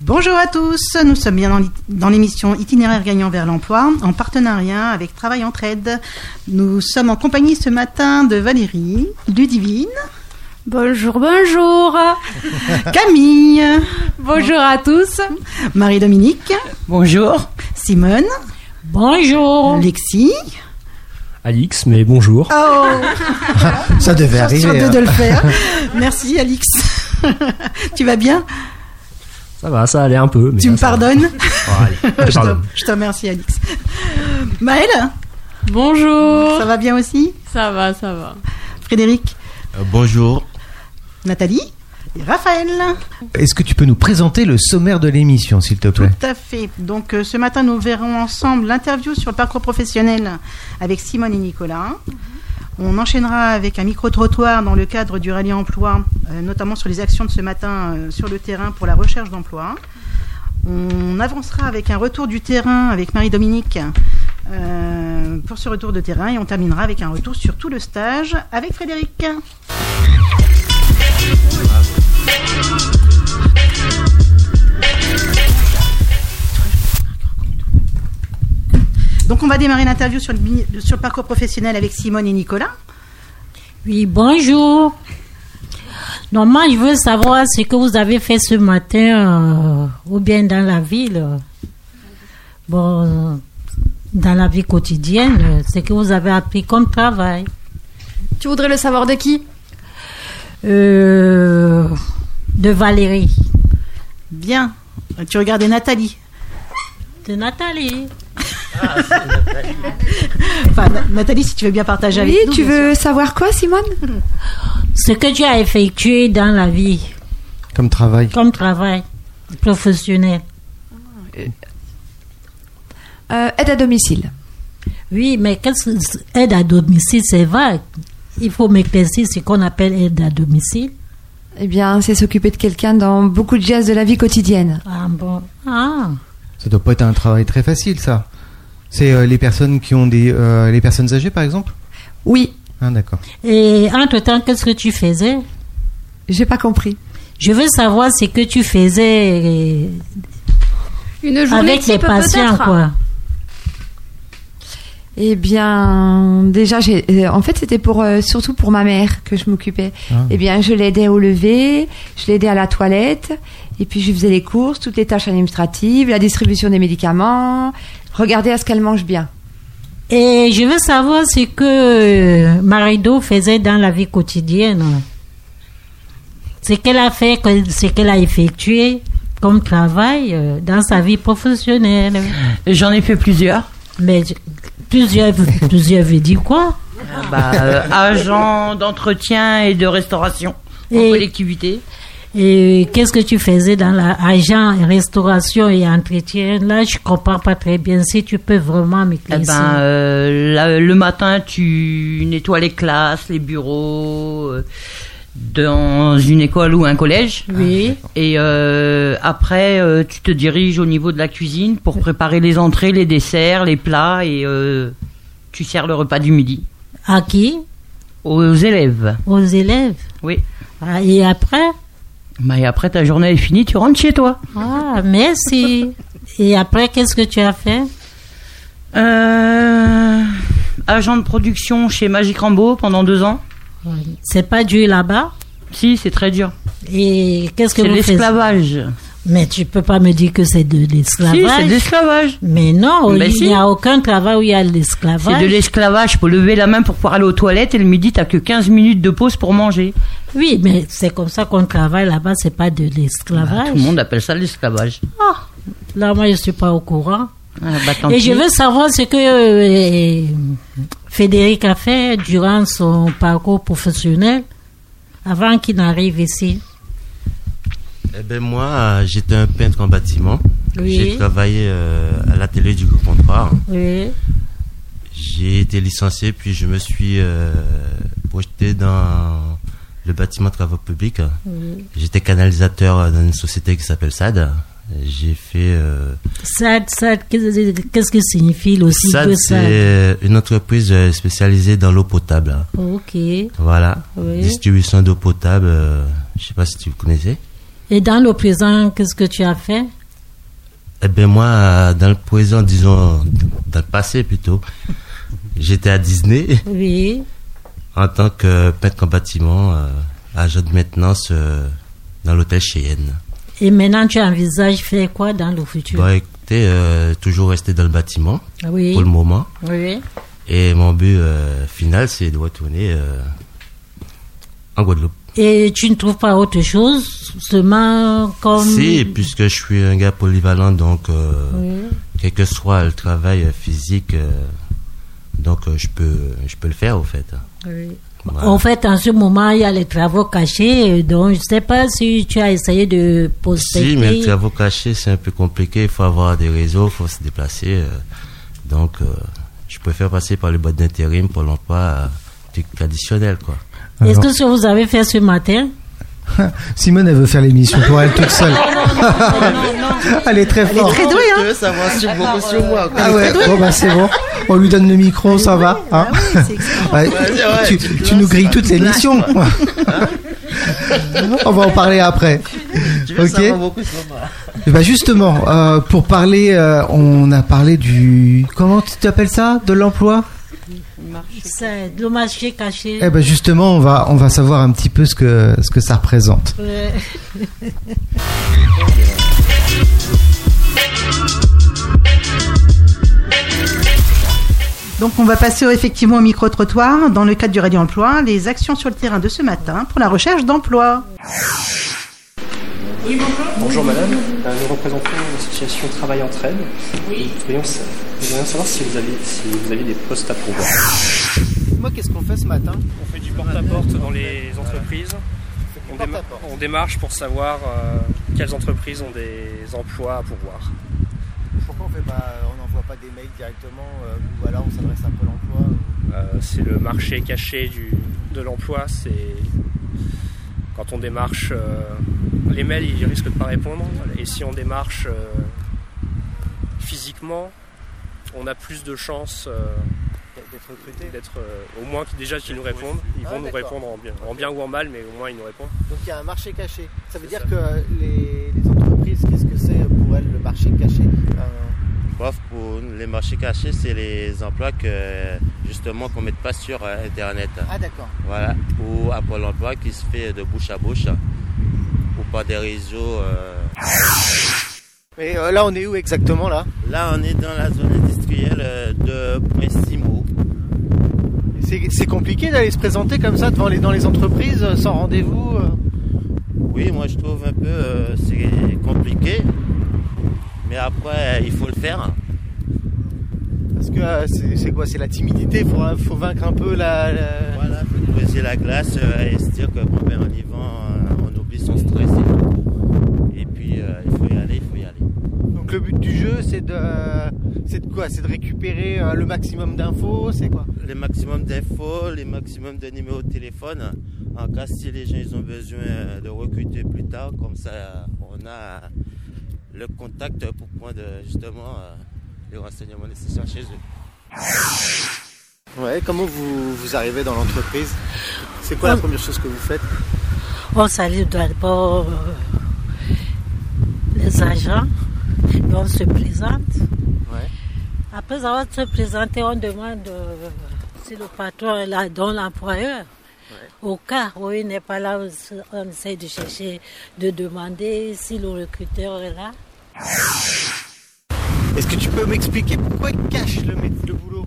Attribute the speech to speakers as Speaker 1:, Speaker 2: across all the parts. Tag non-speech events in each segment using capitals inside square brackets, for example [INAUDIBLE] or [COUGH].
Speaker 1: Bonjour à tous, nous sommes bien dans l'i- dans l'émission Itinéraire gagnant vers l'emploi en partenariat avec Travail Entraide. Nous sommes en compagnie ce matin de Valérie, Ludivine,
Speaker 2: Bonjour, bonjour.
Speaker 1: [LAUGHS] Camille,
Speaker 2: Bonjour à tous.
Speaker 1: Marie-Dominique,
Speaker 3: Bonjour.
Speaker 1: Simone,
Speaker 2: Bonjour.
Speaker 1: Lexi.
Speaker 4: Alix, mais bonjour.
Speaker 1: Oh,
Speaker 5: Ça devait
Speaker 1: chance sur deux
Speaker 5: arriver. hein.
Speaker 1: de
Speaker 4: [LAUGHS]
Speaker 1: le faire. Merci Alix. [LAUGHS] tu vas bien
Speaker 4: Ça va, ça allait un peu. Mais
Speaker 1: Tu
Speaker 4: là,
Speaker 1: me
Speaker 4: ça va.
Speaker 1: pardonnes
Speaker 4: Oh, allez, je te
Speaker 1: [LAUGHS] Je te-
Speaker 4: pardonne.
Speaker 1: je te remercie Alix. Maëlle,
Speaker 2: Bonjour.
Speaker 1: ça va bien aussi
Speaker 2: Ça va, ça va.
Speaker 1: Frédéric,
Speaker 6: Euh, Bonjour.
Speaker 1: Nathalie et Raphaël.
Speaker 5: Est-ce que tu peux nous présenter le sommaire de l'émission, s'il te plaît
Speaker 1: Tout à fait. Donc euh, ce matin, nous verrons ensemble l'interview sur le parcours professionnel avec Simone et Nicolas. On enchaînera avec un micro-trottoir dans le cadre du rallye emploi, euh, notamment sur les actions de ce matin euh, sur le terrain pour la recherche d'emploi. On avancera avec un retour du terrain avec Marie-Dominique euh, pour ce retour de terrain et on terminera avec un retour sur tout le stage avec Frédéric. Donc on va démarrer l'interview sur le, mi- sur le parcours professionnel avec Simone et Nicolas.
Speaker 7: Oui, bonjour. Normalement, je veux savoir ce que vous avez fait ce matin, euh, ou bien dans la ville. euh, Bon, dans la vie quotidienne, euh, ce que vous avez appris comme travail.
Speaker 2: Tu voudrais le savoir de qui
Speaker 7: Euh, de Valérie,
Speaker 1: Bien. Tu regardais Nathalie.
Speaker 7: de Nathalie.
Speaker 1: Enfin, Na- Nathalie, si tu veux bien partager
Speaker 2: Oui,
Speaker 1: avec nous.
Speaker 2: tu
Speaker 1: bien
Speaker 2: veux savoir
Speaker 8: [LAUGHS]
Speaker 2: quoi, Simone
Speaker 8: Mhm.
Speaker 7: Ce que tu as effectué dans la vie
Speaker 5: Comme travail.
Speaker 7: comme travail professionnel.
Speaker 2: Euh, Aide à domicile.
Speaker 7: Oui, mais qu'est-ce que aide à domicile, c'est vague. Il faut m'éclaircir ce qu'on appelle aide à domicile.
Speaker 2: Eh bien, c'est s'occuper de quelqu'un dans beaucoup de gestes de la vie quotidienne.
Speaker 7: Ah bon. Ah.
Speaker 5: Ça doit pas être un travail très facile, ça. C'est euh, les personnes qui ont des, euh, les personnes âgées, par exemple.
Speaker 2: Oui,
Speaker 5: Ah, d'accord.
Speaker 7: Et entre-temps, qu'est-ce que tu faisais
Speaker 2: j'ai pas compris.
Speaker 7: Je veux savoir ce que tu faisais euh,
Speaker 8: Une journée
Speaker 7: avec les
Speaker 8: type
Speaker 7: patients,
Speaker 8: peut-être.
Speaker 7: quoi.
Speaker 2: Eh bien, déjà, j'ai. euh, En fait, c'était pour euh, surtout pour ma mère que je m'occupais.
Speaker 5: Ah.
Speaker 2: Eh bien, je l'aidais au lever, je l'aidais à la toilette, et puis je faisais les courses, toutes les tâches administratives, la distribution des médicaments, regarder à ce qu'elle mange bien.
Speaker 7: Et je veux savoir ce que euh, Marido faisait dans la vie quotidienne. Ce qu'elle a fait, que- ce qu'elle a effectué comme travail euh, dans sa vie professionnelle.
Speaker 3: J'en ai fait plusieurs.
Speaker 7: Mais je- plusieurs, plusieurs veut dire quoi
Speaker 3: Bah, euh, agent d'entretien et de restauration en
Speaker 7: Et-
Speaker 3: collectivité.
Speaker 7: Et qu'est-ce que tu faisais dans la agent restauration et entretien Là, je comprends pas très bien. Si tu peux vraiment
Speaker 3: Eh
Speaker 7: m'éclairer.
Speaker 3: ben, euh, la- le matin, tu nettoies les classes, les bureaux, euh, dans une école ou un collège. Ah.
Speaker 7: oui.
Speaker 3: Et euh, après, euh, tu te diriges au niveau de la cuisine pour préparer les entrées, les desserts, les plats et euh, tu sers le repas du midi
Speaker 7: À qui
Speaker 3: aux élèves.
Speaker 7: Aux élèves.
Speaker 3: Oui.
Speaker 7: Ah, et après
Speaker 3: Bah, et après, ta journée est finie, tu rentres chez toi.
Speaker 7: Ah, merci. Et après, qu'est-ce que tu as fait
Speaker 3: Euh, agent de production chez Magic Rambo pendant deux ans.
Speaker 7: C'est pas dur là-bas
Speaker 3: Si, c'est très dur.
Speaker 7: Et qu'est-ce que
Speaker 3: C'est de
Speaker 7: vous faites
Speaker 3: l'esclavage.
Speaker 7: Mais tu peux pas me dire que c'est de
Speaker 3: Si, c'est
Speaker 7: l'esclavage.
Speaker 3: de l'esclavage.
Speaker 7: Mais non,
Speaker 3: Ben
Speaker 7: il
Speaker 3: si.
Speaker 7: n'y a aucun travail où il y a de
Speaker 3: C'est de
Speaker 7: l'esclavage.
Speaker 3: l'esclavage pour lever la main pour pouvoir aller aux toilettes et le midi, t'as que 15 minutes de pause pour manger.
Speaker 7: Oui, mais c'est comme ça qu'on travaille là-bas, c'est pas de l'esclavage.
Speaker 3: Bah, Tout le monde appelle ça de l'esclavage.
Speaker 7: Ah, là, moi, je suis pas au courant.
Speaker 3: Ah, bah, tant
Speaker 7: Et
Speaker 3: pis.
Speaker 7: je veux savoir ce que euh, Frédéric a fait durant son parcours professionnel avant qu'il n'arrive ici.
Speaker 6: Eh ben moi, euh, j'étais un peintre en bâtiment.
Speaker 7: Oui.
Speaker 6: J'ai travaillé euh, à l'atelier du groupe comptoir.
Speaker 7: Oui.
Speaker 6: J'ai été licencié, puis je me suis euh, projeté dans le bâtiment de travaux publics. J'étais canalisateur euh, dans une société qui s'appelle SAD. J'ai fait... euh,
Speaker 7: Sad, sad, qu'est-ce qu'est-ce que signifie le signe
Speaker 6: SAD,
Speaker 7: de sad
Speaker 6: c'est une entreprise euh, spécialisée dans l'eau potable.
Speaker 7: Ok. Et
Speaker 6: Voilà.
Speaker 7: Oui.
Speaker 6: Distribution d'eau potable. euh, je sais pas si tu connaissez.
Speaker 7: dans le présent, qu'est-ce que tu as fait
Speaker 6: Eh bien, moi, euh, dans le présent, disons, dans le passé plutôt, j'étais à Disney
Speaker 7: Oui.
Speaker 6: en tant que peintre en bâtiment, euh, agent de maintenance euh, dans l'hôtel Cheyenne.
Speaker 7: Et maintenant, tu envisages faire quoi dans le futur
Speaker 6: Bah, écoutez, euh, toujours rester dans le bâtiment
Speaker 7: Oui.
Speaker 6: pour le moment.
Speaker 7: Oui.
Speaker 6: Et mon but euh, final, c'est de retourner euh, en Guadeloupe.
Speaker 7: Et tu ne trouves pas autre chose Seulement comme.
Speaker 6: Si, puisque je suis un gars polyvalent, donc euh,
Speaker 7: Oui.
Speaker 6: quel que soit le travail euh, physique, euh, donc euh, je peux, je peux le faire au fait.
Speaker 7: Oui.
Speaker 6: Voilà.
Speaker 7: En fait, en ce moment, il y a les travaux cachés, euh, donc je ne sais pas si tu as essayé de prospecter.
Speaker 6: Si, mais le travaux caché, c'est un peu compliqué. Il faut avoir des réseaux, il faut se déplacer. euh, donc, euh, je préfère passer par le mode d'intérim pour l'emploi euh, du- traditionnel, quoi.
Speaker 7: Est-ce que ce que vous avez fait ce matin
Speaker 5: [LAUGHS] Simone, elle veut faire l'émission pour elle toute seule. elle est très forte.
Speaker 1: Très doué, hein
Speaker 6: savoir sur beaucoup sur moi,
Speaker 5: Ah ouais, bon bah c'est bon. On lui donne le micro, ça va. hein.
Speaker 1: Ah
Speaker 5: Ouais,
Speaker 6: ouais,
Speaker 5: tu,
Speaker 6: tu
Speaker 5: tu
Speaker 6: te
Speaker 5: nous
Speaker 6: lances,
Speaker 5: grilles toute l'émission. [LAUGHS] On va en parler après.
Speaker 6: Tu
Speaker 5: veux Ok. savoir
Speaker 6: beaucoup sur moi.
Speaker 5: Et bah justement, euh, pour parler, euh, on a parlé du... Comment tu t'appelles ça De l'emploi
Speaker 7: C'est le marché caché.
Speaker 5: Eh ben justement, on va, on va savoir un petit peu ce que, ce que ça représente.
Speaker 7: Euh,
Speaker 1: Donc on va passer au- effectivement au micro-trottoir dans le cadre du Radio Emploi, les actions sur le terrain de ce matin pour la recherche d'emploi.
Speaker 9: Bonjour madame, Euh, nous représentons l'association Travail entre Aide. Oui. Nous voulons sa- nous voulons savoir si vous, avez, si vous avez des postes à pourvoir.
Speaker 5: Moi, qu'est-ce qu'on fait ce matin
Speaker 10: On fait du porte-à-porte dans les entreprises. On, déma- on démarche pour savoir euh, quelles entreprises ont des emplois à pourvoir.
Speaker 11: [LAUGHS] Pourquoi on fait pas, euh, on n'envoie pas des mails directement euh, ou alors on s'adresse à Pôle emploi
Speaker 10: Euh, c'est le marché caché du, de l'emploi. C'est quand on démarche, euh, les mails ils risquent de pas répondre. Et si on démarche euh, physiquement, on a plus de chances euh,
Speaker 11: d'être recruté
Speaker 10: d'être euh, au moins déjà qu'ils nous répondent. Ils
Speaker 11: Ah,
Speaker 10: vont nous
Speaker 11: d'accord.
Speaker 10: répondre en bien, en bien ou en mal, mais au moins ils nous répondent.
Speaker 11: Donc il y a un marché caché. Ça veut
Speaker 10: C'est
Speaker 11: dire
Speaker 10: ça.
Speaker 11: que les, les entreprises, qu'est-ce que c'est pour elles le marché caché Euh,
Speaker 6: Bref, pour les marchés cachés, c'est les emplois que justement qu'on ne met pas sur euh, Internet.
Speaker 11: Ah d'accord.
Speaker 6: Voilà. Ou à Pôle emploi qui se fait de bouche à bouche. Ou par des réseaux. euh.
Speaker 11: Mais euh, là on est où exactement là
Speaker 6: Là, on est dans la zone industrielle euh, de Pressimo.
Speaker 11: C'est c'est compliqué d'aller se présenter comme ça devant les, dans les entreprises euh, sans rendez-vous. euh.
Speaker 6: Oui, moi je trouve un peu euh, c'est compliqué. Mais après, euh, il faut le faire.
Speaker 11: Parce que euh, c'est c'est quoi C'est la timidité. Faut, euh, faut vaincre un peu la. la-
Speaker 6: Voilà, il faut poser la glace euh, et se dire que bon, ben, en y va, euh, on oublie son stress et tout. Et puis, euh, il faut y aller, il faut y aller.
Speaker 11: Donc le but du jeu, c'est de, euh, c'est de quoi C'est de récupérer euh, le maximum d'infos. C'est quoi
Speaker 6: les maximum d'infos, les maximum de numéros de téléphone. En cas si les gens ils ont besoin euh, de recruter plus tard, comme ça euh, on a euh, le contact pour prendre euh, justement euh, les renseignements nécessaires chez eux.
Speaker 11: Ouais, comment vous, vous arrivez dans l'entreprise C'est quoi la première chose que vous faites
Speaker 7: on salue d'abord euh, les agents, et on se présente.
Speaker 11: Ouais.
Speaker 7: Après avoir se présenté, on demande euh, si le patron est là, dont l'employeur. Au cas où il n'est pas là, on s- on essaie de chercher, de demander si le recruteur est là.
Speaker 11: Est-ce que tu peux m'expliquer pourquoi il cache le, mé- le boulot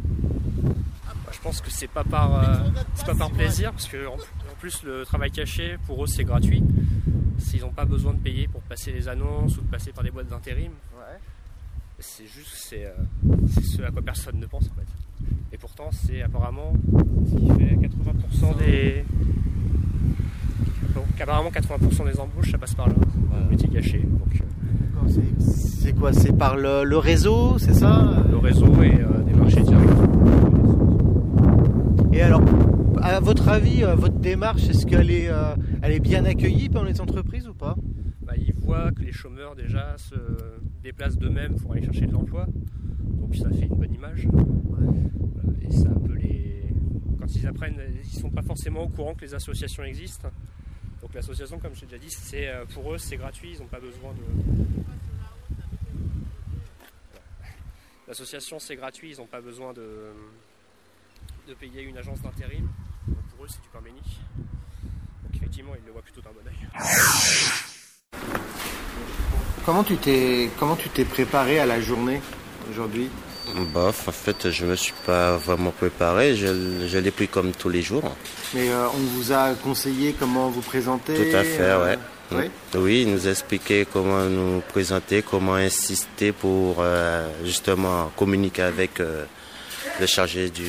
Speaker 10: Bah, Je pense que c'est pas par, euh, c'est pas par plaisir, parce que en, en plus le travail caché pour eux c'est gratuit. S'ils n'ont pas besoin de payer pour passer les annonces ou de passer par des boîtes d'intérim, c'est juste c'est euh, c'est ce à quoi personne ne pense en fait. Et pourtant c'est apparemment ce qui fait 80% des apparemment 80% des embauches ça passe par là,
Speaker 6: Voilà.
Speaker 10: le métier caché. Donc euh,
Speaker 11: D'accord, c'est- C'est quoi C'est par le, le réseau, c'est ça
Speaker 10: le réseau et euh, des marchés directs.
Speaker 11: Et alors, à votre avis, euh, votre démarche, est-ce qu'elle est, euh, elle est bien accueillie par les entreprises ou pas
Speaker 10: bah, ils voient que les chômeurs déjà se déplacent d'eux-mêmes pour aller chercher de l'emploi. Donc ça fait une bonne image. Voilà, Et ça peut les. Quand ils apprennent, ils sont pas forcément au courant que les associations existent. Donc l'association, comme je l'ai déjà dit, c'est euh, pour eux c'est gratuit, ils n'ont pas besoin de. L'association, c'est gratuit, ils n'ont pas besoin de, de payer une agence d'intérim. Donc, pour eux, c'est du pain béni. Donc effectivement, ils le voient plutôt d'un bon oeil.
Speaker 11: Comment tu t'es comment tu t'es préparé à la journée aujourd'hui
Speaker 6: Bof, en fait, je me suis pas vraiment préparé. Je, je l'ai pris comme tous les jours.
Speaker 11: Mais euh, on vous a conseillé comment vous présenter.
Speaker 6: Tout à fait,
Speaker 11: euh,
Speaker 6: ouais.
Speaker 11: oui.
Speaker 6: Oui, il nous expliquait comment nous présenter, comment insister pour euh, justement communiquer avec euh, le chargé du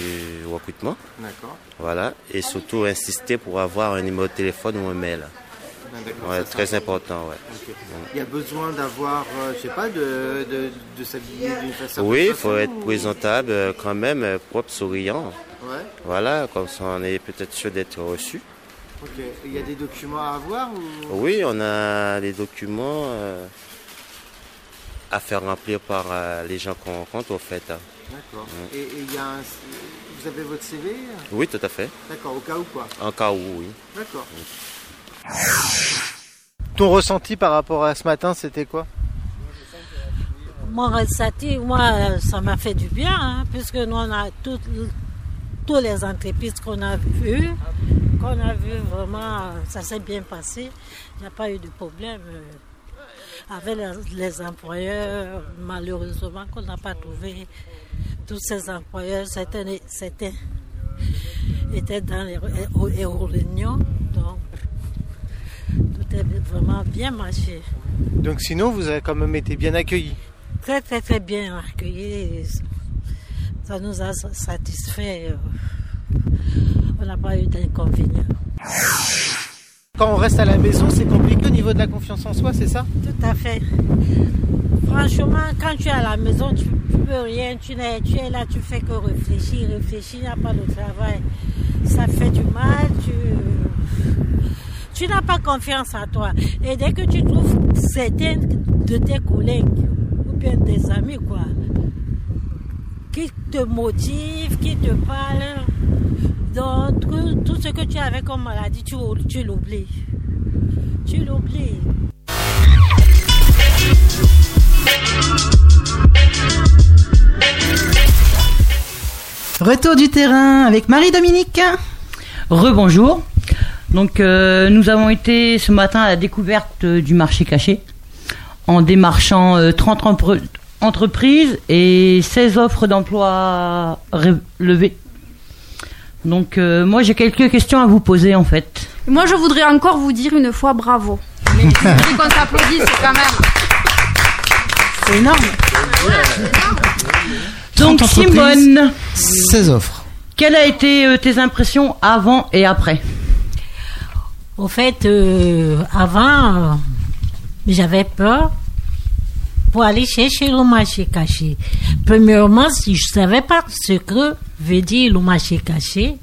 Speaker 6: recrutement.
Speaker 11: D'accord.
Speaker 6: Voilà, et surtout insister pour avoir un numéro de téléphone ou un mail.
Speaker 11: Ah, d'accord,
Speaker 6: Ouais,
Speaker 11: ça, ça.
Speaker 6: très important, ouais.
Speaker 11: Ok.
Speaker 6: Ouais.
Speaker 11: Il y a besoin d'avoir, euh, je sais pas, de, de, de s'habiller d'une façon.
Speaker 6: Oui, il faut être présentable euh, quand même, euh, propre, souriant.
Speaker 11: Ouais.
Speaker 6: Voilà, comme ça on est peut-être sûr d'être reçu.
Speaker 11: Ok. Et Il y a des documents à avoir ou
Speaker 6: Oui, on a les documents euh, à faire remplir par euh, les gens qu'on rencontre, au fait. hein.
Speaker 11: D'accord.
Speaker 6: Mm.
Speaker 11: Et, et il y a un- vous avez votre CV
Speaker 6: Oui, tout à fait.
Speaker 11: D'accord. Au cas où quoi
Speaker 6: En cas où, oui.
Speaker 11: D'accord.
Speaker 6: Oui.
Speaker 11: Ton ressenti par rapport à ce matin, c'était quoi
Speaker 7: Mon ressenti, moi, ça m'a fait du bien, hein, puisque nous, on a toutes, tous les entreprises qu'on a vues, qu'on a vues vraiment, ça s'est bien passé. Il n'y a pas eu de problème euh, avec les, les employeurs. Malheureusement, qu'on n'a pas trouvé tous ces employeurs. Certains, certains étaient dans les aux- aux réunions, donc tout est vraiment bien marché.
Speaker 11: Donc sinon, vous avez quand même été bien accueilli.
Speaker 7: très très très bien accueillis. Ça nous a satisfait. On n'a pas eu d'inconvénients.
Speaker 11: Quand on reste à la maison, c'est compliqué au niveau de la confiance en soi, c'est ça
Speaker 7: Tout à fait. Franchement, quand tu es à la maison, tu, tu peux rien, tu, n'es- tu es là, tu fais que réfléchir, réfléchir, il n'y a pas de travail. Ça fait du mal, tu, tu n'as pas confiance en toi. Et dès que tu trouves certains de tes collègues ou bien des amis, quoi, qui te motivent, qui te parlent, donc tout, tout ce que tu avais comme maladie, tu, tu l'oublies. Tu l'oublies.
Speaker 1: Retour du terrain avec Marie-Dominique.
Speaker 3: Rebonjour. Donc euh, nous avons été ce matin à la découverte euh, du marché caché en démarchant euh, 30 empre- entreprises et 16 offres d'emploi ré- levées. Donc euh, moi j'ai quelques questions à vous poser en fait.
Speaker 8: Moi, je voudrais encore vous dire une fois
Speaker 2: [LAUGHS]
Speaker 8: bravo. Mais c'est qu'on s'applaudit, c'est quand même.
Speaker 1: C'est énorme.
Speaker 3: Donc
Speaker 5: 30 entreprises,
Speaker 3: Simone,
Speaker 5: 16 offres.
Speaker 3: quelles a été euh, tes impressions avant et après
Speaker 7: Au fait, euh, avant, euh, j'avais peur pour aller chercher le marché caché. Premièrement, si je savais pas ce que veut dire le marché caché,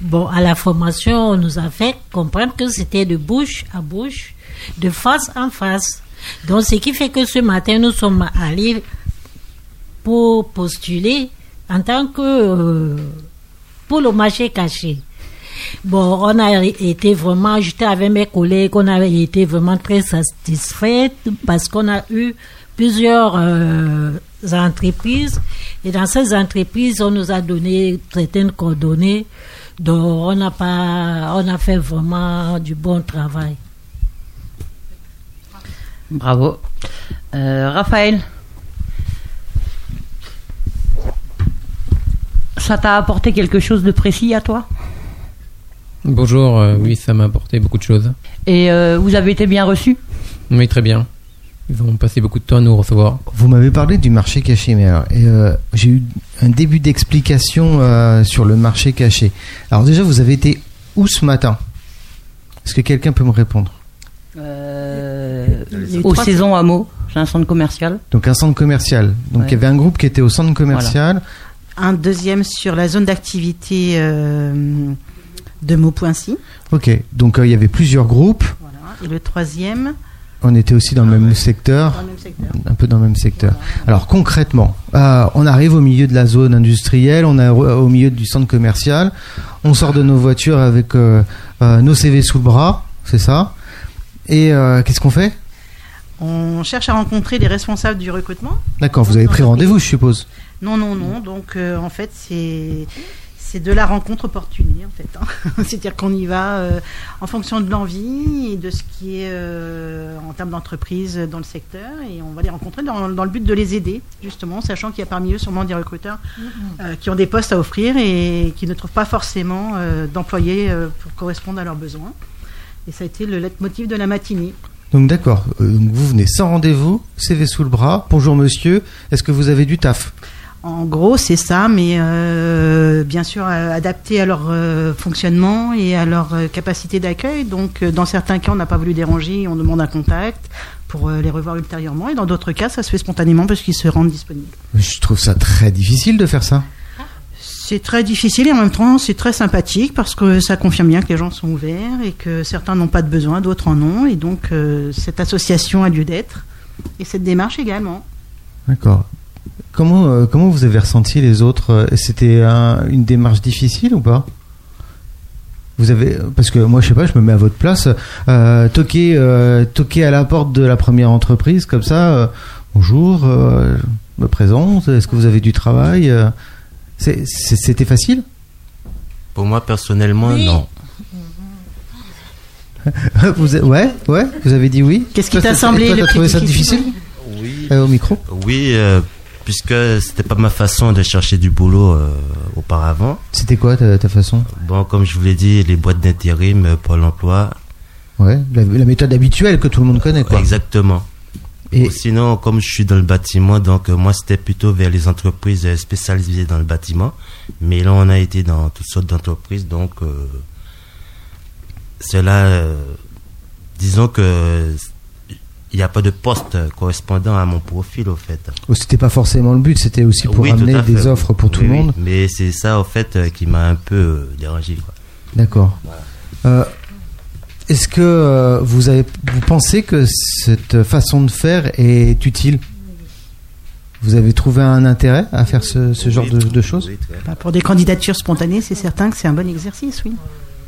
Speaker 7: bon, à la formation, on nous a fait comprendre que c'était de bouche à bouche, de face en face. Donc, ce qui fait que ce matin, nous sommes allés pour postuler en tant que euh, pour le marché caché. Bon, on a été vraiment, j'étais avec mes collègues, on a été vraiment très satisfaits parce qu'on a eu plusieurs euh, entreprises et dans ces entreprises, on nous a donné certaines coordonnées. Donc, on n'a pas, on a fait vraiment du bon travail.
Speaker 3: Bravo. Euh, Raphaël, ça t'a apporté quelque chose de précis à toi
Speaker 12: Bonjour, euh, oui, ça m'a apporté beaucoup de choses.
Speaker 3: Et euh, vous avez été bien reçu
Speaker 12: Oui, très bien. Ils ont passé beaucoup de temps à nous recevoir.
Speaker 5: Vous m'avez parlé du marché caché, mais alors, et, euh, j'ai eu un début d'explication euh, sur le marché caché. Alors déjà, vous avez été où ce matin Est-ce que quelqu'un peut me répondre
Speaker 3: Euh,
Speaker 7: Il y a eu
Speaker 3: Aux
Speaker 7: trois-
Speaker 3: saisons à mots, j'ai un centre commercial.
Speaker 5: Donc un centre commercial. Donc il
Speaker 3: Ouais.
Speaker 5: y avait un groupe qui était au centre commercial.
Speaker 1: Un deuxième sur la zone d'activité euh, de Maupoincy.
Speaker 5: Ok. Donc euh, il y avait plusieurs groupes.
Speaker 1: Voilà. Et le troisième,
Speaker 5: On était aussi dans le même secteur.
Speaker 1: Dans le même secteur.
Speaker 5: Un peu dans le même secteur. Alors concrètement, euh, on arrive au milieu de la zone industrielle, on est re- au milieu du centre commercial, on sort de nos voitures avec euh, euh, nos CV sous le bras, c'est ça. Et euh, qu'est-ce qu'on fait
Speaker 1: On cherche à rencontrer les responsables du recrutement.
Speaker 5: D'accord, vous avez pris rendez-vous, je suppose.
Speaker 1: Non, non, non. Donc, euh, en fait, c'est. C'est de la rencontre opportunée, en fait. hein. [LAUGHS] C'est-à-dire qu'on y va euh, en fonction de l'envie et de ce qui est euh, en termes d'entreprise euh, dans le secteur. Et on va les rencontrer dans, dans le but de les aider, justement, sachant qu'il y a parmi eux sûrement des recruteurs euh, qui ont des postes à offrir et qui ne trouvent pas forcément euh, d'employés euh, pour correspondre à leurs besoins. Et ça a été le leitmotiv de la matinée.
Speaker 5: Donc d'accord, euh, donc vous venez sans rendez-vous, CV sous le bras, bonjour monsieur, est-ce que vous avez du taf
Speaker 1: En gros, c'est ça, mais euh, bien sûr euh, adapté à leur euh, fonctionnement et à leur euh, capacité d'accueil. Donc, euh, dans certains cas, on n'a pas voulu déranger, on demande un contact pour euh, les revoir ultérieurement. Et dans d'autres cas, ça se fait spontanément parce qu'ils se rendent disponibles.
Speaker 5: Je trouve ça très difficile de faire ça.
Speaker 1: C'est très difficile et en même temps, c'est très sympathique parce que ça confirme bien que les gens sont ouverts et que certains n'ont pas de besoin, d'autres en ont. Et donc, euh, cette association a lieu d'être et cette démarche également.
Speaker 5: D'accord. Comment, euh, comment vous avez ressenti les autres euh, C'était un- une démarche difficile ou pas vous avez, parce que moi je sais pas, je me mets à votre place. Euh, toquer, euh, toquer à la porte de la première entreprise comme ça. euh, bonjour, euh, je me présente. Est-ce que vous avez du travail Euh, c'est- c'est- C'était
Speaker 6: [LAUGHS]
Speaker 5: facile.
Speaker 6: Pour moi, personnellement, non.
Speaker 5: vous, a- ouais, ouais. Vous avez dit oui.
Speaker 1: Qu'est-ce
Speaker 6: qui t'a semblé
Speaker 5: Toi,
Speaker 6: le
Speaker 5: t'as
Speaker 6: plus
Speaker 5: trouvé ça
Speaker 6: difficile
Speaker 5: difficile
Speaker 6: Oui.
Speaker 5: au micro
Speaker 6: Oui, euh, puisque c'était pas ma façon de chercher du boulot euh, auparavant.
Speaker 5: C'était quoi ta, ta façon
Speaker 6: Bon, comme je vous l'ai dit, les boîtes d'intérim, euh, Pôle emploi,
Speaker 5: Ouais, la, la méthode habituelle que tout le monde connaît, quoi.
Speaker 6: exactement.
Speaker 5: Et
Speaker 6: sinon, comme je suis dans le bâtiment, donc euh, moi c'était plutôt vers les entreprises euh, spécialisées dans le bâtiment. Mais là, on a été dans toutes sortes d'entreprises, donc euh, cela, euh, disons que il n'y a pas de poste correspondant à mon profil au fait.
Speaker 5: Oh, C'était pas forcément le but, c'était aussi pour
Speaker 6: Oui, tout
Speaker 5: amener
Speaker 6: à fait.
Speaker 5: des offres pour tout
Speaker 6: Oui,
Speaker 5: le
Speaker 6: oui.
Speaker 5: monde.
Speaker 6: Mais c'est ça, en fait, euh, qui m'a un peu euh, dérangé. quoi.
Speaker 5: D'accord. Euh, Est-ce que euh, vous, avez, vous pensez que cette façon de faire est utile Vous avez trouvé un intérêt à faire ce, ce genre de, de choses
Speaker 1: Bah, pour des candidatures spontanées, c'est certain que c'est un bon exercice, oui.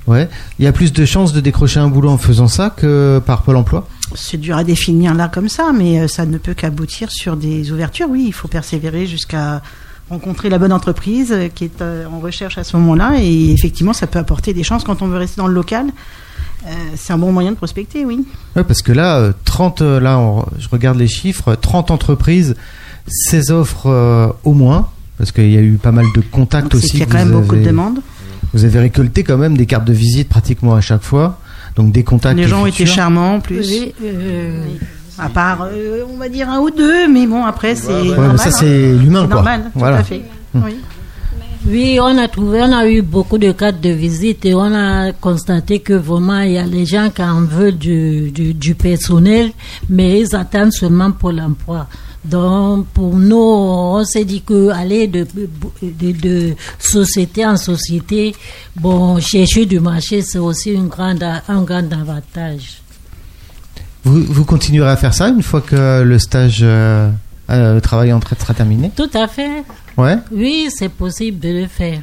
Speaker 5: Ouais. Il y a plus de chances de décrocher un boulot en faisant ça que par Pôle emploi
Speaker 1: C'est dur à définir là comme ça, mais euh, ça ne peut qu'aboutir sur des ouvertures. Oui, il faut persévérer jusqu'à rencontrer la bonne entreprise euh, qui est euh, en recherche à ce moment-là. Et effectivement, ça peut apporter des chances quand on veut rester dans le local. Euh, c'est un bon moyen de prospecter, oui.
Speaker 5: Ouais, parce que là, euh, 30, euh, là, on- je regarde les chiffres, 30 entreprises, 16 offres euh, au moins, parce qu'il y a eu pas mal de contacts
Speaker 1: Donc, c'est
Speaker 5: aussi.
Speaker 1: qu'il y a
Speaker 5: que
Speaker 1: quand
Speaker 5: vous
Speaker 1: même beaucoup de
Speaker 5: avez-
Speaker 1: demandes.
Speaker 5: Vous avez récolté quand même des cartes de visite pratiquement à chaque fois, donc des contacts.
Speaker 1: Les gens ont été
Speaker 5: futurs.
Speaker 1: charmants en plus.
Speaker 7: euh,
Speaker 1: Oui. à part, euh, on va dire un ou deux, mais bon, après, c'est.
Speaker 5: Ouais,
Speaker 1: normal,
Speaker 5: mais ça
Speaker 1: hein.
Speaker 5: c'est l'humain,
Speaker 1: C'est
Speaker 5: quoi.
Speaker 1: normal, tout
Speaker 5: voilà. Hum.
Speaker 1: à fait. Oui.
Speaker 7: Oui, on a trouvé, on a eu beaucoup de cartes de visite et on a constaté que vraiment il y a les gens qui en veulent du, du, du personnel, mais ils attendent seulement pour l'emploi. Donc pour nous, on s'est dit que aller de, de, de société en société, bon, chercher du marché, c'est aussi une grande, un grand avantage.
Speaker 5: Vous, vous continuerez à faire ça une fois que le stage euh, euh, travail en traite sera terminé
Speaker 7: Tout à fait.
Speaker 5: Ouais,
Speaker 7: Oui, c'est possible de le faire.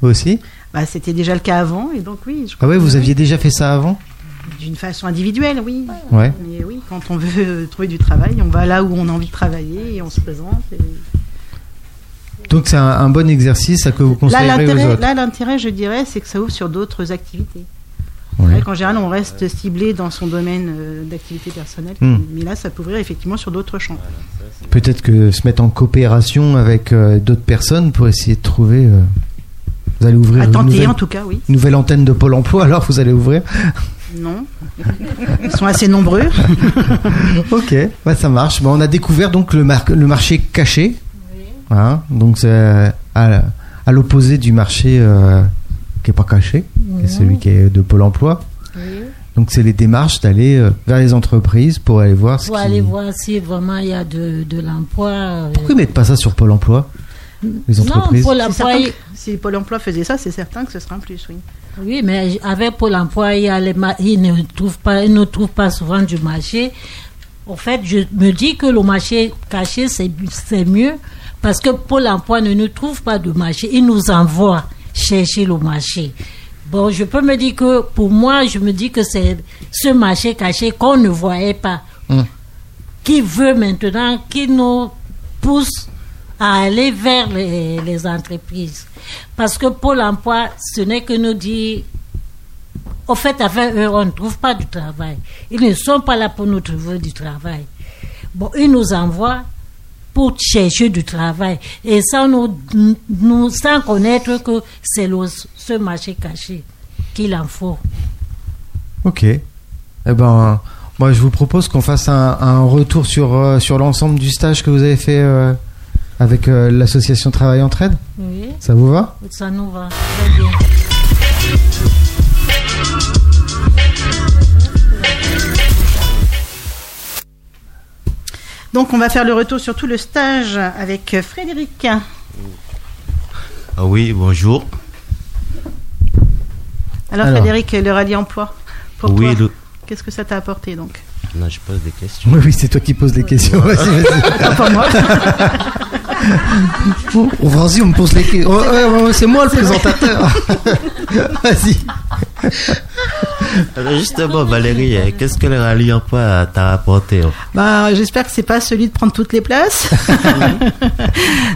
Speaker 5: vous aussi
Speaker 1: Bah, c'était déjà le cas avant, et donc oui, je
Speaker 5: Ah ouais, vous aviez déjà fait ça avant
Speaker 1: D'une façon individuelle, oui.
Speaker 5: Ouais.
Speaker 1: Mais oui, quand on veut [LAUGHS] euh, trouver du travail, on va là où on a envie de travailler et on se présente. et-
Speaker 5: Donc c'est un, un bon exercice à que vous
Speaker 1: Là,
Speaker 5: conseillerez aux
Speaker 1: l'intérêt,
Speaker 5: autres.
Speaker 1: là, l'intérêt, je dirais, c'est que ça ouvre sur d'autres activités.
Speaker 5: Ouais.
Speaker 1: C'est vrai qu'en général, on reste ciblé dans son domaine euh, d'activité personnelle,
Speaker 5: Hmm.
Speaker 1: mais là, ça peut ouvrir effectivement sur d'autres champs.
Speaker 5: Peut-être que se mettre en coopération avec euh, d'autres personnes pour essayer de trouver. euh, vous allez ouvrir
Speaker 1: À
Speaker 5: une
Speaker 1: tenter,
Speaker 5: Euh, nouvelle,
Speaker 1: en tout cas, oui.
Speaker 5: une nouvelle antenne de Pôle Emploi. Alors vous allez ouvrir.
Speaker 1: Non Ils sont assez nombreux.
Speaker 5: ok, bah, ça marche. Bah, on a découvert donc le, mar- le marché caché. Hein, donc c'est euh, à, à l'opposé du marché euh, qui est pas caché, qui est
Speaker 13: Ouais.
Speaker 5: celui qui est de Pôle Emploi. Donc c'est les démarches d'aller euh, vers les entreprises pour aller voir ce
Speaker 7: Pour
Speaker 5: qui...
Speaker 7: aller voir si vraiment il y a de, de l'emploi. euh,
Speaker 5: Pourquoi ils mettent pas ça sur Pôle Emploi Les entreprises.
Speaker 7: Pôle emploi,
Speaker 1: C'est certain
Speaker 7: il-
Speaker 1: que Si Pôle emploi faisait ça, c'est certain que ce serait un plus, oui.
Speaker 7: Oui, mais avec Pôle emploi, il, y a les ma- il ne trouve pas, il ne trouve pas souvent du marché. En fait, je me dis que le marché caché, c'est c'est mieux parce que Pôle emploi ne nous trouve pas de marché. Il nous envoie chercher le marché. Bon, je peux me dire que pour moi, je me dis que c'est ce marché caché qu'on ne voyait pas.
Speaker 11: Hum.
Speaker 7: Qui veut maintenant, qui nous pousse à aller vers les, les entreprises. Parce que Pôle emploi, ce n'est que nous dire au fait, avec eux, on ne trouve pas du travail. Ils ne sont pas là pour nous trouver du travail. Bon, ils nous envoient pour chercher du travail. Et sans, nous, nous, sans connaître que c'est le- ce marché caché qu'il en faut.
Speaker 5: Ok. Eh ben, moi, je vous propose qu'on fasse un, un retour sur, euh, sur l'ensemble du stage que vous avez fait euh, avec euh, l'association Travail entre Aide.
Speaker 7: Oui.
Speaker 5: Ça vous va
Speaker 7: Ça nous va très bien.
Speaker 1: Donc on va faire le retour sur tout le stage avec euh, Frédéric.
Speaker 6: Ah oui, bonjour.
Speaker 1: Alors,
Speaker 6: Alors.
Speaker 1: Frédéric, le rallye emploi pour
Speaker 6: Oui,
Speaker 1: toi.
Speaker 6: le-
Speaker 1: Qu'est-ce que ça t'a apporté donc
Speaker 6: Non, je pose des questions.
Speaker 5: Oui, oui, c'est toi qui poses les questions. Vas-y, vas-y.
Speaker 1: Pas moi.
Speaker 5: Oh, Vas-y, on me pose les questions. Oh, ouais, ouais, ouais, c'est moi le présentateur. [LAUGHS] Vas-y.
Speaker 6: Alors justement, Valérie, euh, qu'est-ce que le rallye emploi t'a apporté oh
Speaker 1: Bah, j'espère que c'est pas celui de prendre toutes les places.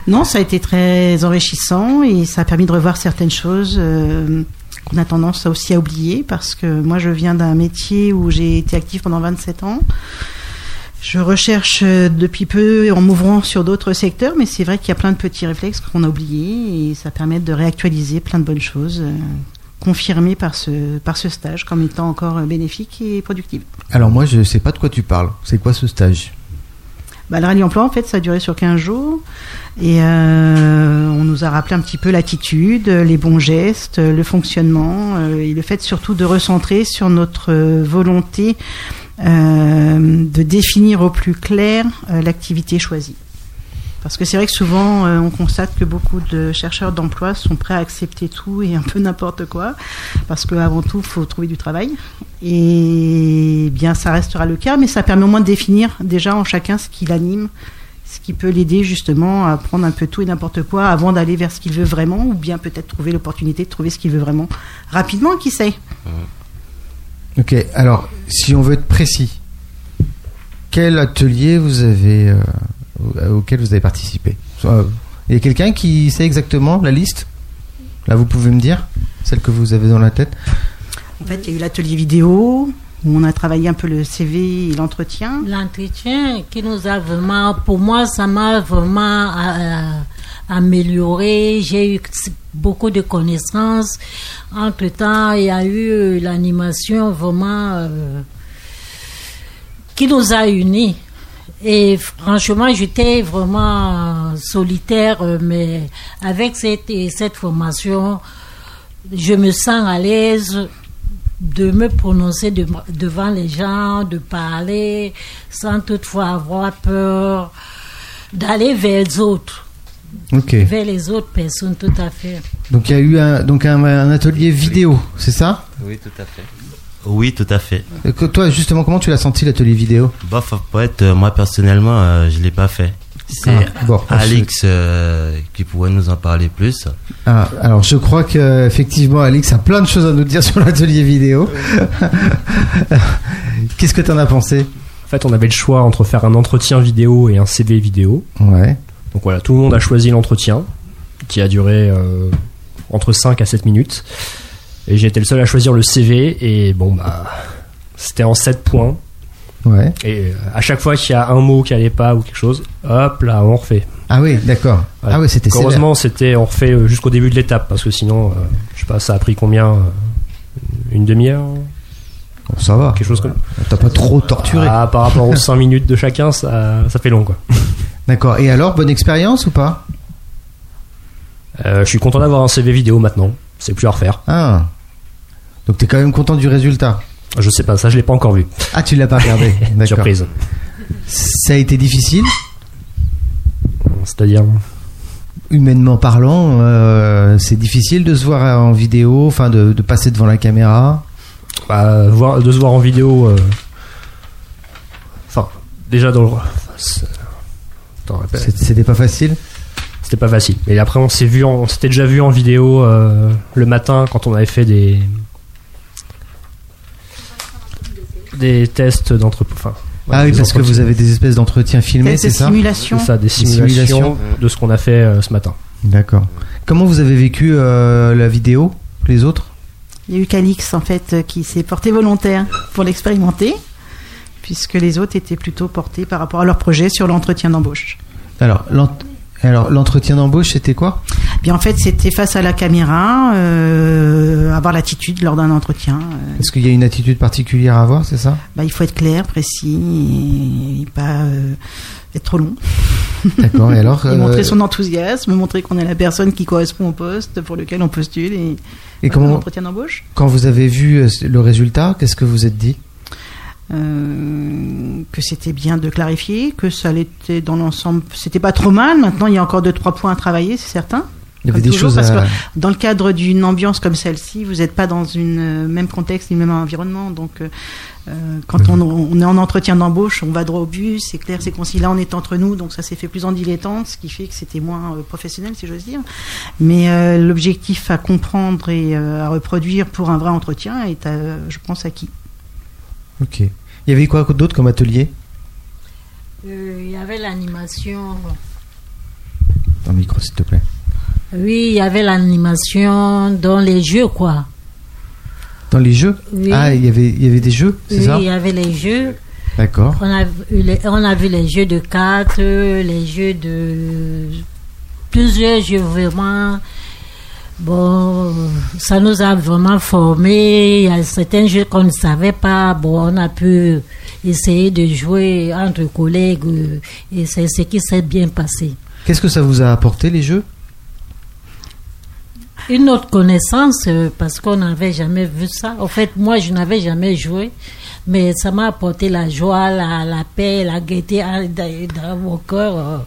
Speaker 1: non, ça a été très enrichissant et ça a permis de revoir certaines choses euh, qu'on a tendance aussi à oublier parce que moi je viens d'un métier où j'ai été active pendant 27 ans. Je recherche euh, depuis peu en m'ouvrant sur d'autres secteurs, mais c'est vrai qu'il y a plein de petits réflexes qu'on a oubliés et ça permet de réactualiser plein de bonnes choses euh, confirmées par ce, par ce stage comme étant encore euh, bénéfique et productive.
Speaker 5: Alors, moi, je sais pas de quoi tu parles. C'est quoi ce stage
Speaker 1: Bah, le rallye emploi, en fait, ça a duré sur 15 jours. Et euh, on nous a rappelé un petit peu l'attitude, les bons gestes, le fonctionnement euh, et le fait surtout de recentrer sur notre euh, volonté euh, de définir au plus clair euh, l'activité choisie. Parce que c'est vrai que souvent, euh, on constate que beaucoup de chercheurs d'emploi sont prêts à accepter tout et un peu n'importe quoi, parce qu'avant tout, il faut trouver du travail. Et Eh bien, ça restera le cas, mais ça permet au moins de définir déjà en chacun ce qui l'anime, ce qui peut l'aider justement à prendre un peu tout et n'importe quoi avant d'aller vers ce qu'il veut vraiment, ou bien peut-être trouver l'opportunité de trouver ce qu'il veut vraiment rapidement, qui sait.
Speaker 5: Ok, alors, si on veut être précis, quel atelier vous avez, euh, au- auquel vous avez participé Euh, Il y a quelqu'un qui sait exactement la liste Là, vous pouvez me dire Celle que vous avez dans la tête
Speaker 1: En fait, il y a eu l'atelier vidéo, où on a travaillé un peu le CV et l'entretien.
Speaker 7: L'entretien qui nous a vraiment, pour moi, ça m'a vraiment euh, amélioré. J'ai eu beaucoup de connaissances. Entre temps, il y a eu euh, l'animation vraiment euh, qui nous a unis. Et franchement, j'étais vraiment euh, solitaire, euh, mais avec cette, et cette formation, je me sens à l'aise de me prononcer de- devant les gens, de parler sans toutefois avoir peur, d'aller vers les autres,
Speaker 5: Ok.
Speaker 7: vers les autres personnes, tout à fait.
Speaker 5: Donc, il y a eu un, donc un, un atelier vidéo, c'est ça
Speaker 6: Oui, tout à fait. Oui, tout à fait.
Speaker 5: Et Euh, que- Toi, justement, comment tu l'as senti l'atelier vidéo
Speaker 6: Bof of Poète, euh, moi personnellement, euh, je l'ai pas fait. C'est
Speaker 5: Ah, bon,
Speaker 6: Alix euh, qui pourrait nous en parler plus.
Speaker 5: Ah, alors je crois que effectivement Alix a plein de choses à nous dire [LAUGHS] sur l'atelier vidéo. [LAUGHS] Qu'est-ce que t'en as pensé
Speaker 4: En fait, on avait le choix entre faire un entretien vidéo et un CV vidéo.
Speaker 5: Ouais.
Speaker 4: Donc voilà, tout le monde a choisi l'entretien, qui a duré euh, entre 5 à 7 minutes. Et j'ai été le seul à choisir le CV, et bon, bah, c'était en 7 points.
Speaker 5: Ouais.
Speaker 4: Et euh, à chaque fois qu'il y a un mot qui allait pas ou quelque chose, hop là, on refait.
Speaker 5: Ah oui, d'accord. Ah oui, c'était sévère.
Speaker 4: Heureusement, c'était on refait euh, jusqu'au début de l'étape parce que sinon, euh, je sais pas, ça a pris combien euh, Une demi-heure
Speaker 5: Oh, Ça va.
Speaker 4: Quelque chose comme.
Speaker 5: T'as pas trop torturé.
Speaker 4: Ah, par rapport aux 5 minutes de chacun, ça, ça fait long quoi.
Speaker 5: D'accord. Et alors, bonne expérience ou pas
Speaker 4: Euh, je suis content d'avoir un CV vidéo maintenant. C'est plus à refaire.
Speaker 5: Ah. Donc t'es quand même content du résultat
Speaker 4: Je sais pas, ça je l'ai pas encore vu.
Speaker 5: Ah, tu l'as
Speaker 4: [LAUGHS]
Speaker 5: pas regardé. D'accord.
Speaker 4: Surprise.
Speaker 5: Ça a été difficile
Speaker 4: C'est-à-dire
Speaker 5: Humainement parlant, euh, c'est difficile de se voir en vidéo, enfin de, de passer devant la caméra.
Speaker 4: Bah, voir, de se voir en vidéo. euh, Enfin, déjà dans le. Attends, répète.
Speaker 10: Ben.
Speaker 5: C'est- C'était pas facile
Speaker 4: c'était pas facile. Et après, on s'est vu, en- on s'était déjà vu en vidéo euh, le matin quand on avait fait des des tests d'entreprise. Enfin,
Speaker 5: Ah
Speaker 4: voilà,
Speaker 5: oui,
Speaker 4: des
Speaker 5: parce que
Speaker 4: entretiens.
Speaker 5: vous avez des espèces d'entretiens filmés,
Speaker 4: Des
Speaker 5: c'est ça
Speaker 4: simulations. C'est ça, des simulations de ce qu'on a fait euh, ce matin.
Speaker 5: D'accord. Comment vous avez vécu euh, la vidéo, les autres
Speaker 1: Il y a eu Calix, en fait, euh, qui s'est porté volontaire pour l'expérimenter, puisque les autres étaient plutôt portés par rapport à leur projet sur l'entretien d'embauche.
Speaker 5: Alors, l'ent- alors, l'entretien d'embauche, c'était quoi
Speaker 1: Bien, en fait, c'était face à la caméra, euh, avoir l'attitude lors d'un entretien. euh,
Speaker 5: Est-ce qu'il y a une attitude particulière à avoir, c'est ça
Speaker 1: bah, il faut être clair, précis, et pas euh, être trop long.
Speaker 5: D'accord, et
Speaker 1: [LAUGHS]
Speaker 5: alors, euh,
Speaker 1: montrer son enthousiasme, montrer qu'on est la personne qui correspond au poste pour lequel on postule. Et,
Speaker 5: Et
Speaker 1: voilà,
Speaker 5: comment-
Speaker 1: L'entretien d'embauche
Speaker 5: Quand vous avez vu euh, le résultat, qu'est-ce que vous êtes dit
Speaker 1: Euh, que c'était bien de clarifier, que ça l'était dans l'ensemble, c'était pas trop mal. Maintenant, il y a encore deux trois points à travailler, c'est certain.
Speaker 5: Il y
Speaker 1: Comme
Speaker 5: avait des choses
Speaker 1: parce
Speaker 5: à-
Speaker 1: que dans le cadre d'une ambiance comme celle-ci, vous n'êtes pas dans une euh, même contexte ni même environnement. Donc, euh, euh, quand on, on est en entretien d'embauche, on va droit au but, c'est clair, c'est concis. Là, on est entre nous, donc ça s'est fait plus en dilettante, ce qui fait que c'était moins euh, professionnel, si j'ose dire. Mais euh, l'objectif à comprendre et euh, à reproduire pour un vrai entretien est, euh, je pense, acquis.
Speaker 5: Ok. Il y avait quoi d'autre comme atelier
Speaker 7: Euh, Il y avait l'animation.
Speaker 5: Dans le micro, s'il te plaît.
Speaker 7: Oui, il y avait l'animation dans les jeux, quoi.
Speaker 5: Dans les jeux
Speaker 7: Oui.
Speaker 5: Ah, il y avait, il y avait des jeux, c'est
Speaker 7: Oui,
Speaker 5: ça
Speaker 7: il y avait les jeux.
Speaker 5: D'accord.
Speaker 7: On a, vu les, on a vu les jeux de cartes, les jeux de. plusieurs jeux vraiment. Bon, ça nous a vraiment formés. Il y a certains jeux qu'on ne savait pas. Bon, on a pu essayer de jouer entre collègues euh, et c'est ce qui s'est bien passé.
Speaker 5: Qu'est-ce que ça vous a apporté, les jeux
Speaker 7: Une autre connaissance, euh, parce qu'on n'avait jamais vu ça. En fait, moi, je n'avais jamais joué, mais ça m'a apporté la joie, la, la paix, la gaieté à- dans dans mon cœur. euh.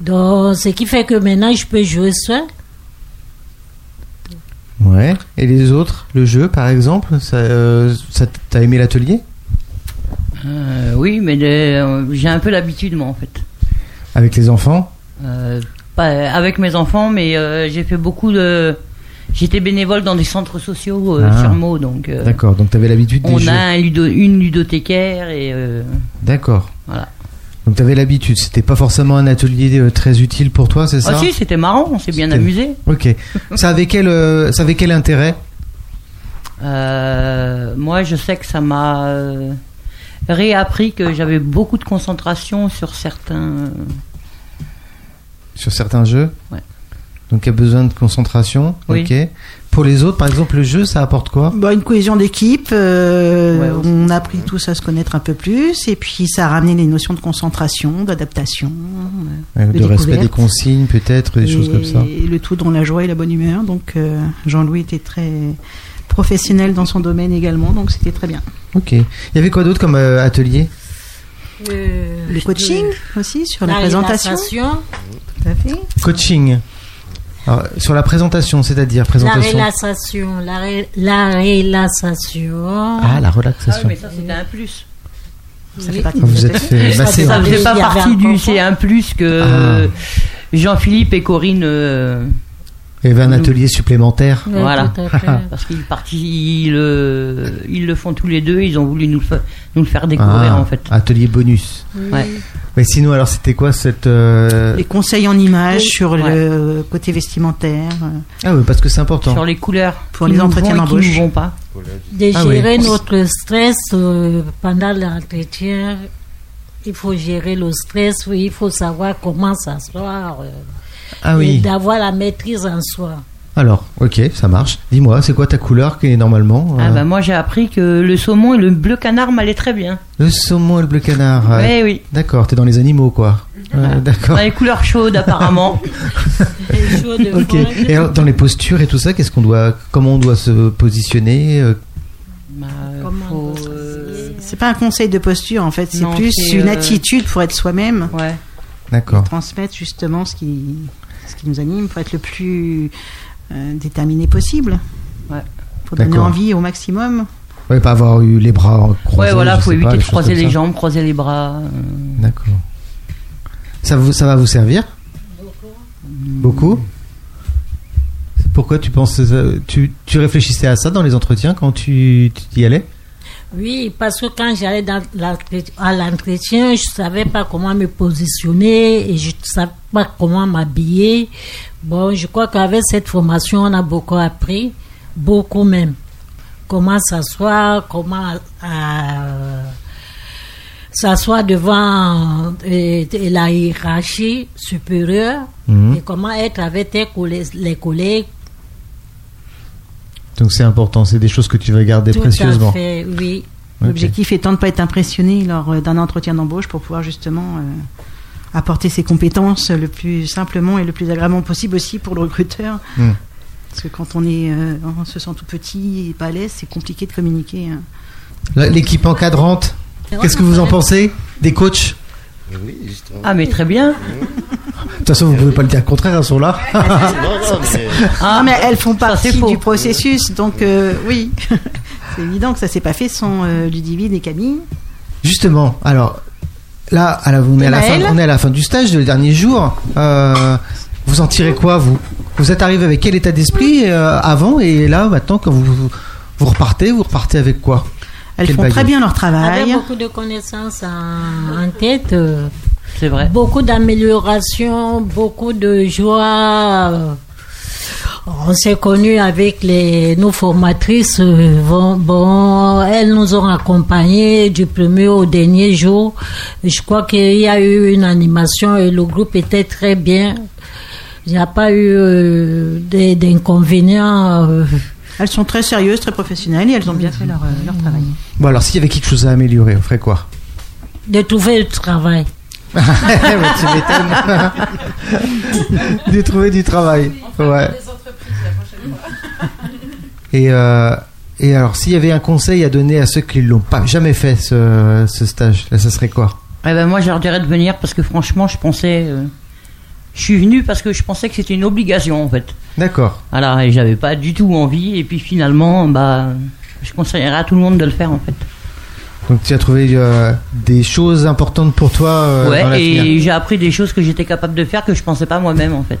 Speaker 7: Donc, ce qui fait que maintenant, je peux jouer seul.
Speaker 5: Ouais. Et les autres Le jeu, par exemple ça, euh, ça- T'as aimé l'atelier
Speaker 3: Euh, oui, mais euh, j'ai un peu l'habitude, moi, en fait.
Speaker 5: Avec les enfants
Speaker 3: Euh, pas avec mes enfants, mais euh, j'ai fait beaucoup de. J'étais bénévole dans des centres sociaux euh,
Speaker 5: Ah.
Speaker 3: sur Meaux, donc. euh,
Speaker 5: D'accord, donc t'avais l'habitude des
Speaker 3: On
Speaker 5: jeux.
Speaker 3: a un ludo- une ludothécaire et. euh,
Speaker 5: D'accord.
Speaker 3: voilà.
Speaker 5: Donc t'avais l'habitude, c'était pas forcément un atelier euh, très utile pour toi, c'est ça
Speaker 3: Ah si, c'était marrant, on s'est bien
Speaker 5: C'était-
Speaker 3: amusé. [LAUGHS]
Speaker 5: Ok. ça, avait quel, euh, ça avait quel intérêt
Speaker 3: Euh, moi, je sais que ça m'a euh, réappris que j'avais beaucoup de concentration sur certains.
Speaker 5: sur certains jeux
Speaker 3: Ouais.
Speaker 5: Donc il y a besoin de concentration.
Speaker 3: Oui.
Speaker 5: Ok. Pour les autres, par exemple, le jeu, ça apporte quoi
Speaker 1: Bah, une cohésion d'équipe, euh,
Speaker 5: Ouais,
Speaker 1: on a appris tous à se connaître un peu plus, et puis ça a ramené les notions de concentration, d'adaptation, euh,
Speaker 5: Euh, De, respect des
Speaker 1: découverte.
Speaker 5: consignes, peut-être, des choses
Speaker 1: Et
Speaker 5: comme ça.
Speaker 1: le tout dans la joie et la bonne humeur. Donc euh, Jean-Louis était très professionnel dans son domaine également, donc c'était très bien.
Speaker 5: Ok. Il y avait quoi d'autre comme euh, atelier
Speaker 1: le coaching aussi sur la,
Speaker 7: La
Speaker 1: présentation.
Speaker 7: relaxation.
Speaker 1: Tout à fait.
Speaker 5: Coaching. Alors, sur la présentation, c'est-à-dire
Speaker 7: La
Speaker 5: présentation.
Speaker 7: relaxation. La, ré- la relaxation.
Speaker 5: Ah, la relaxation.
Speaker 3: ça, c'était un plus.
Speaker 7: Ça
Speaker 3: fait
Speaker 7: pas
Speaker 5: Ah, vous êtes fait
Speaker 3: Ça
Speaker 5: masser, hein.
Speaker 3: faisait pas
Speaker 7: Il y avait un
Speaker 3: partie du. C'est un plus
Speaker 5: Ah.
Speaker 3: que Jean-Philippe et Corinne. euh,
Speaker 5: Il y avait un atelier supplémentaire.
Speaker 3: voilà. [LAUGHS] Parce qu'ils parti- ils, euh, ils le font tous les deux, ils ont voulu nous le, fa- nous le faire découvrir
Speaker 5: Ah,
Speaker 3: en fait.
Speaker 5: Atelier bonus.
Speaker 3: Ouais.
Speaker 5: Mais sinon, alors, c'était quoi cette. euh,
Speaker 1: Les conseils en images sur
Speaker 3: Ouais.
Speaker 1: le côté vestimentaire, euh,
Speaker 5: Ah oui, parce que c'est important.
Speaker 3: Sur les couleurs.
Speaker 1: Pour
Speaker 3: qui
Speaker 1: les
Speaker 3: nous
Speaker 1: entretiens
Speaker 3: vont et
Speaker 1: d'embauche.
Speaker 3: Qui nous vont pas.
Speaker 7: de
Speaker 5: Ah oui.
Speaker 7: gérer notre stress euh, pendant l'entretien. Il faut gérer le stress, oui, il faut savoir comment s'asseoir. euh,
Speaker 5: Ah oui.
Speaker 7: et D'avoir la maîtrise en soi.
Speaker 5: Alors, ok, ça marche. Dis-moi, c'est quoi ta couleur qui est normalement
Speaker 3: Ah
Speaker 5: euh,
Speaker 3: bah moi j'ai appris que le saumon et le bleu canard m'allaient très bien.
Speaker 5: Le saumon et le bleu canard.
Speaker 3: Ouais, Ah. oui.
Speaker 5: D'accord, t'es dans les animaux, quoi. Ouais, D'accord.
Speaker 3: Dans les couleurs
Speaker 5: [LAUGHS]
Speaker 3: chaudes apparemment.
Speaker 5: Ok. Et alors, dans les postures et tout ça, qu'est-ce qu'on doit, comment on doit se positionner euh,
Speaker 3: Bah, euh,
Speaker 1: c'est pas un conseil de posture en fait, c'est
Speaker 3: Non,
Speaker 1: plus
Speaker 3: c'est,
Speaker 1: une
Speaker 3: euh,
Speaker 1: attitude pour être soi-même.
Speaker 5: D'accord.
Speaker 1: transmettre justement ce qui, ce qui nous anime pour être le plus euh, déterminé possible. Pour donner
Speaker 5: D'accord.
Speaker 1: envie au maximum.
Speaker 5: Ouais, pas avoir eu les bras en croisés.
Speaker 3: ouais voilà,
Speaker 5: je
Speaker 3: faut
Speaker 5: sais pas,
Speaker 3: éviter
Speaker 5: des
Speaker 3: de
Speaker 5: choses
Speaker 3: croiser
Speaker 5: comme
Speaker 3: les
Speaker 5: ça.
Speaker 3: jambes, croiser les bras. euh,
Speaker 5: D'accord. Ça vous, ça va vous servir
Speaker 7: Mm.
Speaker 5: Beaucoup Pourquoi tu penses euh, tu, tu réfléchissais à ça dans les entretiens quand tu, tu y allais
Speaker 7: Oui, parce que quand j'allais dans l'entret- à l'entretien, je savais pas comment me positionner et je savais pas comment m'habiller. Bon, je crois qu'avec cette formation, on a beaucoup appris, beaucoup même. Comment s'asseoir, comment euh, s'asseoir devant euh, la hiérarchie supérieure
Speaker 5: Mhm.
Speaker 7: et comment être avec tes collègues, les collègues.
Speaker 5: Donc c'est important, c'est des choses que tu vas garder
Speaker 7: Tout à
Speaker 5: précieusement.
Speaker 7: fait, oui.
Speaker 5: Ok.
Speaker 1: L'objectif étant de ne pas être impressionné lors euh, d'un entretien d'embauche pour pouvoir justement euh, apporter ses compétences le plus simplement et le plus agréablement possible aussi pour le recruteur.
Speaker 5: Hmm.
Speaker 1: Parce que quand on, est, euh, on se sent tout petit et pas à l'aise, c'est compliqué de communiquer. hein.
Speaker 5: La- L'équipe encadrante, qu'est-ce que vous en pensez Des coachs
Speaker 6: Oui, justement.
Speaker 3: Ah, mais très bien.
Speaker 5: De toute façon, vous pouvez pas le dire le contraire, elles sont là.
Speaker 1: Ah, mais elles font partie du processus, donc euh, oui, [LAUGHS] c'est évident que ça s'est pas fait sans euh, Ludivine et Camille.
Speaker 5: Justement, alors là, à la- on, est à la fin,
Speaker 1: Maëlle
Speaker 5: on est à la fin du stage, le dernier jour. Euh, vous en tirez quoi, vous Vous êtes arrivé avec quel état d'esprit euh, avant et là, maintenant, quand vous, vous repartez, vous repartez avec quoi
Speaker 1: Elles
Speaker 5: Quel
Speaker 1: font très
Speaker 5: bagage
Speaker 1: bien leur travail.
Speaker 7: Avec beaucoup de connaissances en, en tête. euh,
Speaker 3: C'est vrai.
Speaker 7: Beaucoup d'améliorations, beaucoup de joie. euh, On s'est connus avec les, nos formatrices. euh, Bon, bon, elles nous ont accompagnés du premier au dernier jour. Je crois qu'il y a eu une animation et le groupe était très bien. Il n'y a pas eu euh, des- d'inconvénients. euh.
Speaker 1: Elles sont très sérieuses, très professionnelles et elles ont bien fait leur, euh, leur travail.
Speaker 5: Bon, alors, s'il y avait quelque chose à améliorer, on ferait quoi [LAUGHS]
Speaker 7: de trouver le travail.
Speaker 5: [LAUGHS] De trouver du travail. Ouais. [LAUGHS] Et, euh, et alors, s'il y avait un conseil à donner à ceux qui l'ont pas jamais fait, ce, ce stage, là, ça serait quoi
Speaker 3: Eh ben moi, je leur dirais de venir parce que franchement, je pensais. euh, je suis venu parce que je pensais que c'était une obligation en fait.
Speaker 5: D'accord.
Speaker 3: Alors, et j'avais pas du tout envie, et puis finalement, bah, je conseillerais à tout le monde de le faire en fait.
Speaker 5: Donc, tu as trouvé euh, des choses importantes pour toi euh, dans
Speaker 3: ouais,
Speaker 5: l'avenir.
Speaker 3: et j'ai appris des choses que j'étais capable de faire que je pensais pas moi-même en fait.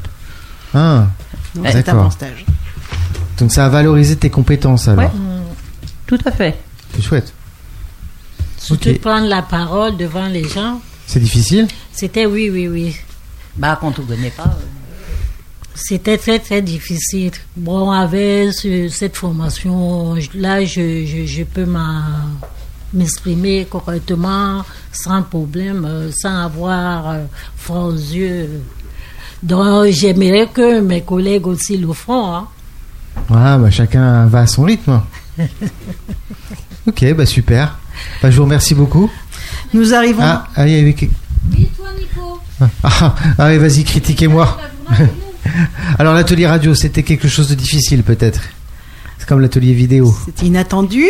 Speaker 5: Ah,
Speaker 3: Ouais.
Speaker 5: d'accord. Donc, ça a valorisé tes compétences alors.
Speaker 3: Ouais. Tout à fait.
Speaker 5: C'est chouette.
Speaker 7: Surtout prendre la parole devant les gens.
Speaker 5: C'est difficile
Speaker 7: C'était oui, oui, oui.
Speaker 3: Bah, quand on connaît pas.
Speaker 7: C'était très, très difficile. Bon, avec ce- cette formation, je- là, je, je, je peux m'en- m'exprimer correctement, sans problème, euh, sans avoir euh, froid aux yeux. Donc, j'aimerais que mes collègues aussi le font. hein.
Speaker 5: Ouais, bah, chacun va à son rythme. ok, bah super. Bah, je vous remercie beaucoup.
Speaker 1: Nous arrivons.
Speaker 5: Ah, ah, il y avait que- Ah, ah, allez, vas-y, critiquez-moi. Alors, l'atelier radio, c'était quelque chose de difficile, peut-être. C'est comme l'atelier vidéo.
Speaker 1: C'était inattendu,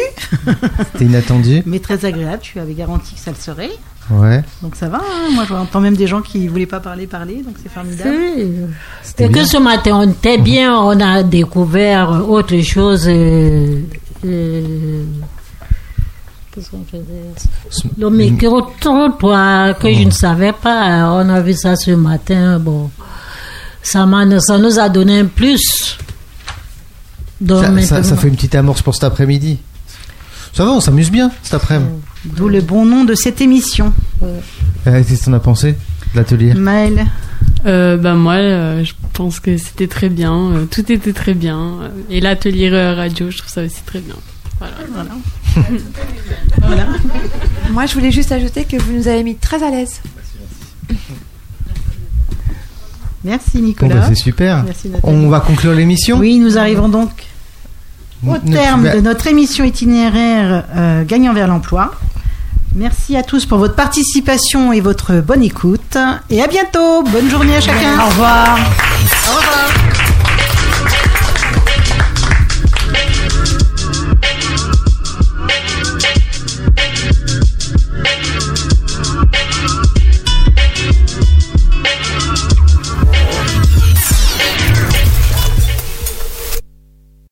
Speaker 5: C'était inattendu.
Speaker 1: mais très agréable. Tu avais garanti que ça le serait.
Speaker 5: Ouais.
Speaker 1: Donc ça va. hein. Moi, j'entends même des gens qui voulaient pas parler, parler. Donc c'est formidable.
Speaker 7: Et que ce matin, on
Speaker 5: Mhm.
Speaker 7: était bien, on a découvert euh, autre chose. euh, euh, Qu'est-ce qu'on faisait Le micro-trottoir que je
Speaker 5: Oh.
Speaker 7: ne savais pas. On a vu ça ce matin. Bon, ça, m'a- ça nous a donné un plus. Donc,
Speaker 5: Ça, ça-
Speaker 7: maintenant-
Speaker 5: ça fait une petite amorce pour cet après-midi. Ça va, on s'amuse bien cet après-midi.
Speaker 1: Mm. D'où le bon nom de cette émission.
Speaker 5: Euh, Qu'est-ce que t'en as pensé de l'atelier
Speaker 1: Mm. Maëlle
Speaker 13: Euh, bah moi, euh, je pense que c'était très bien. euh, tout était très bien. euh, Et l'atelier euh, radio, je trouve ça aussi très bien. Voilà.
Speaker 2: Moi, je voulais juste ajouter que vous nous avez mis très à l'aise.
Speaker 1: Merci
Speaker 5: Bon,
Speaker 1: Nicolas.
Speaker 5: bah, c'est
Speaker 1: [LAUGHS]
Speaker 5: super.
Speaker 1: Merci, Nathalie.
Speaker 5: On va conclure l'émission
Speaker 1: Oui, nous arrivons donc au
Speaker 5: Nous-
Speaker 1: terme
Speaker 5: bah,
Speaker 1: de notre émission itinéraire euh, Gagnant vers l'emploi. Merci à tous pour votre participation et votre bonne écoute. Et à bientôt. Bonne journée à chacun. Au revoir. Au revoir.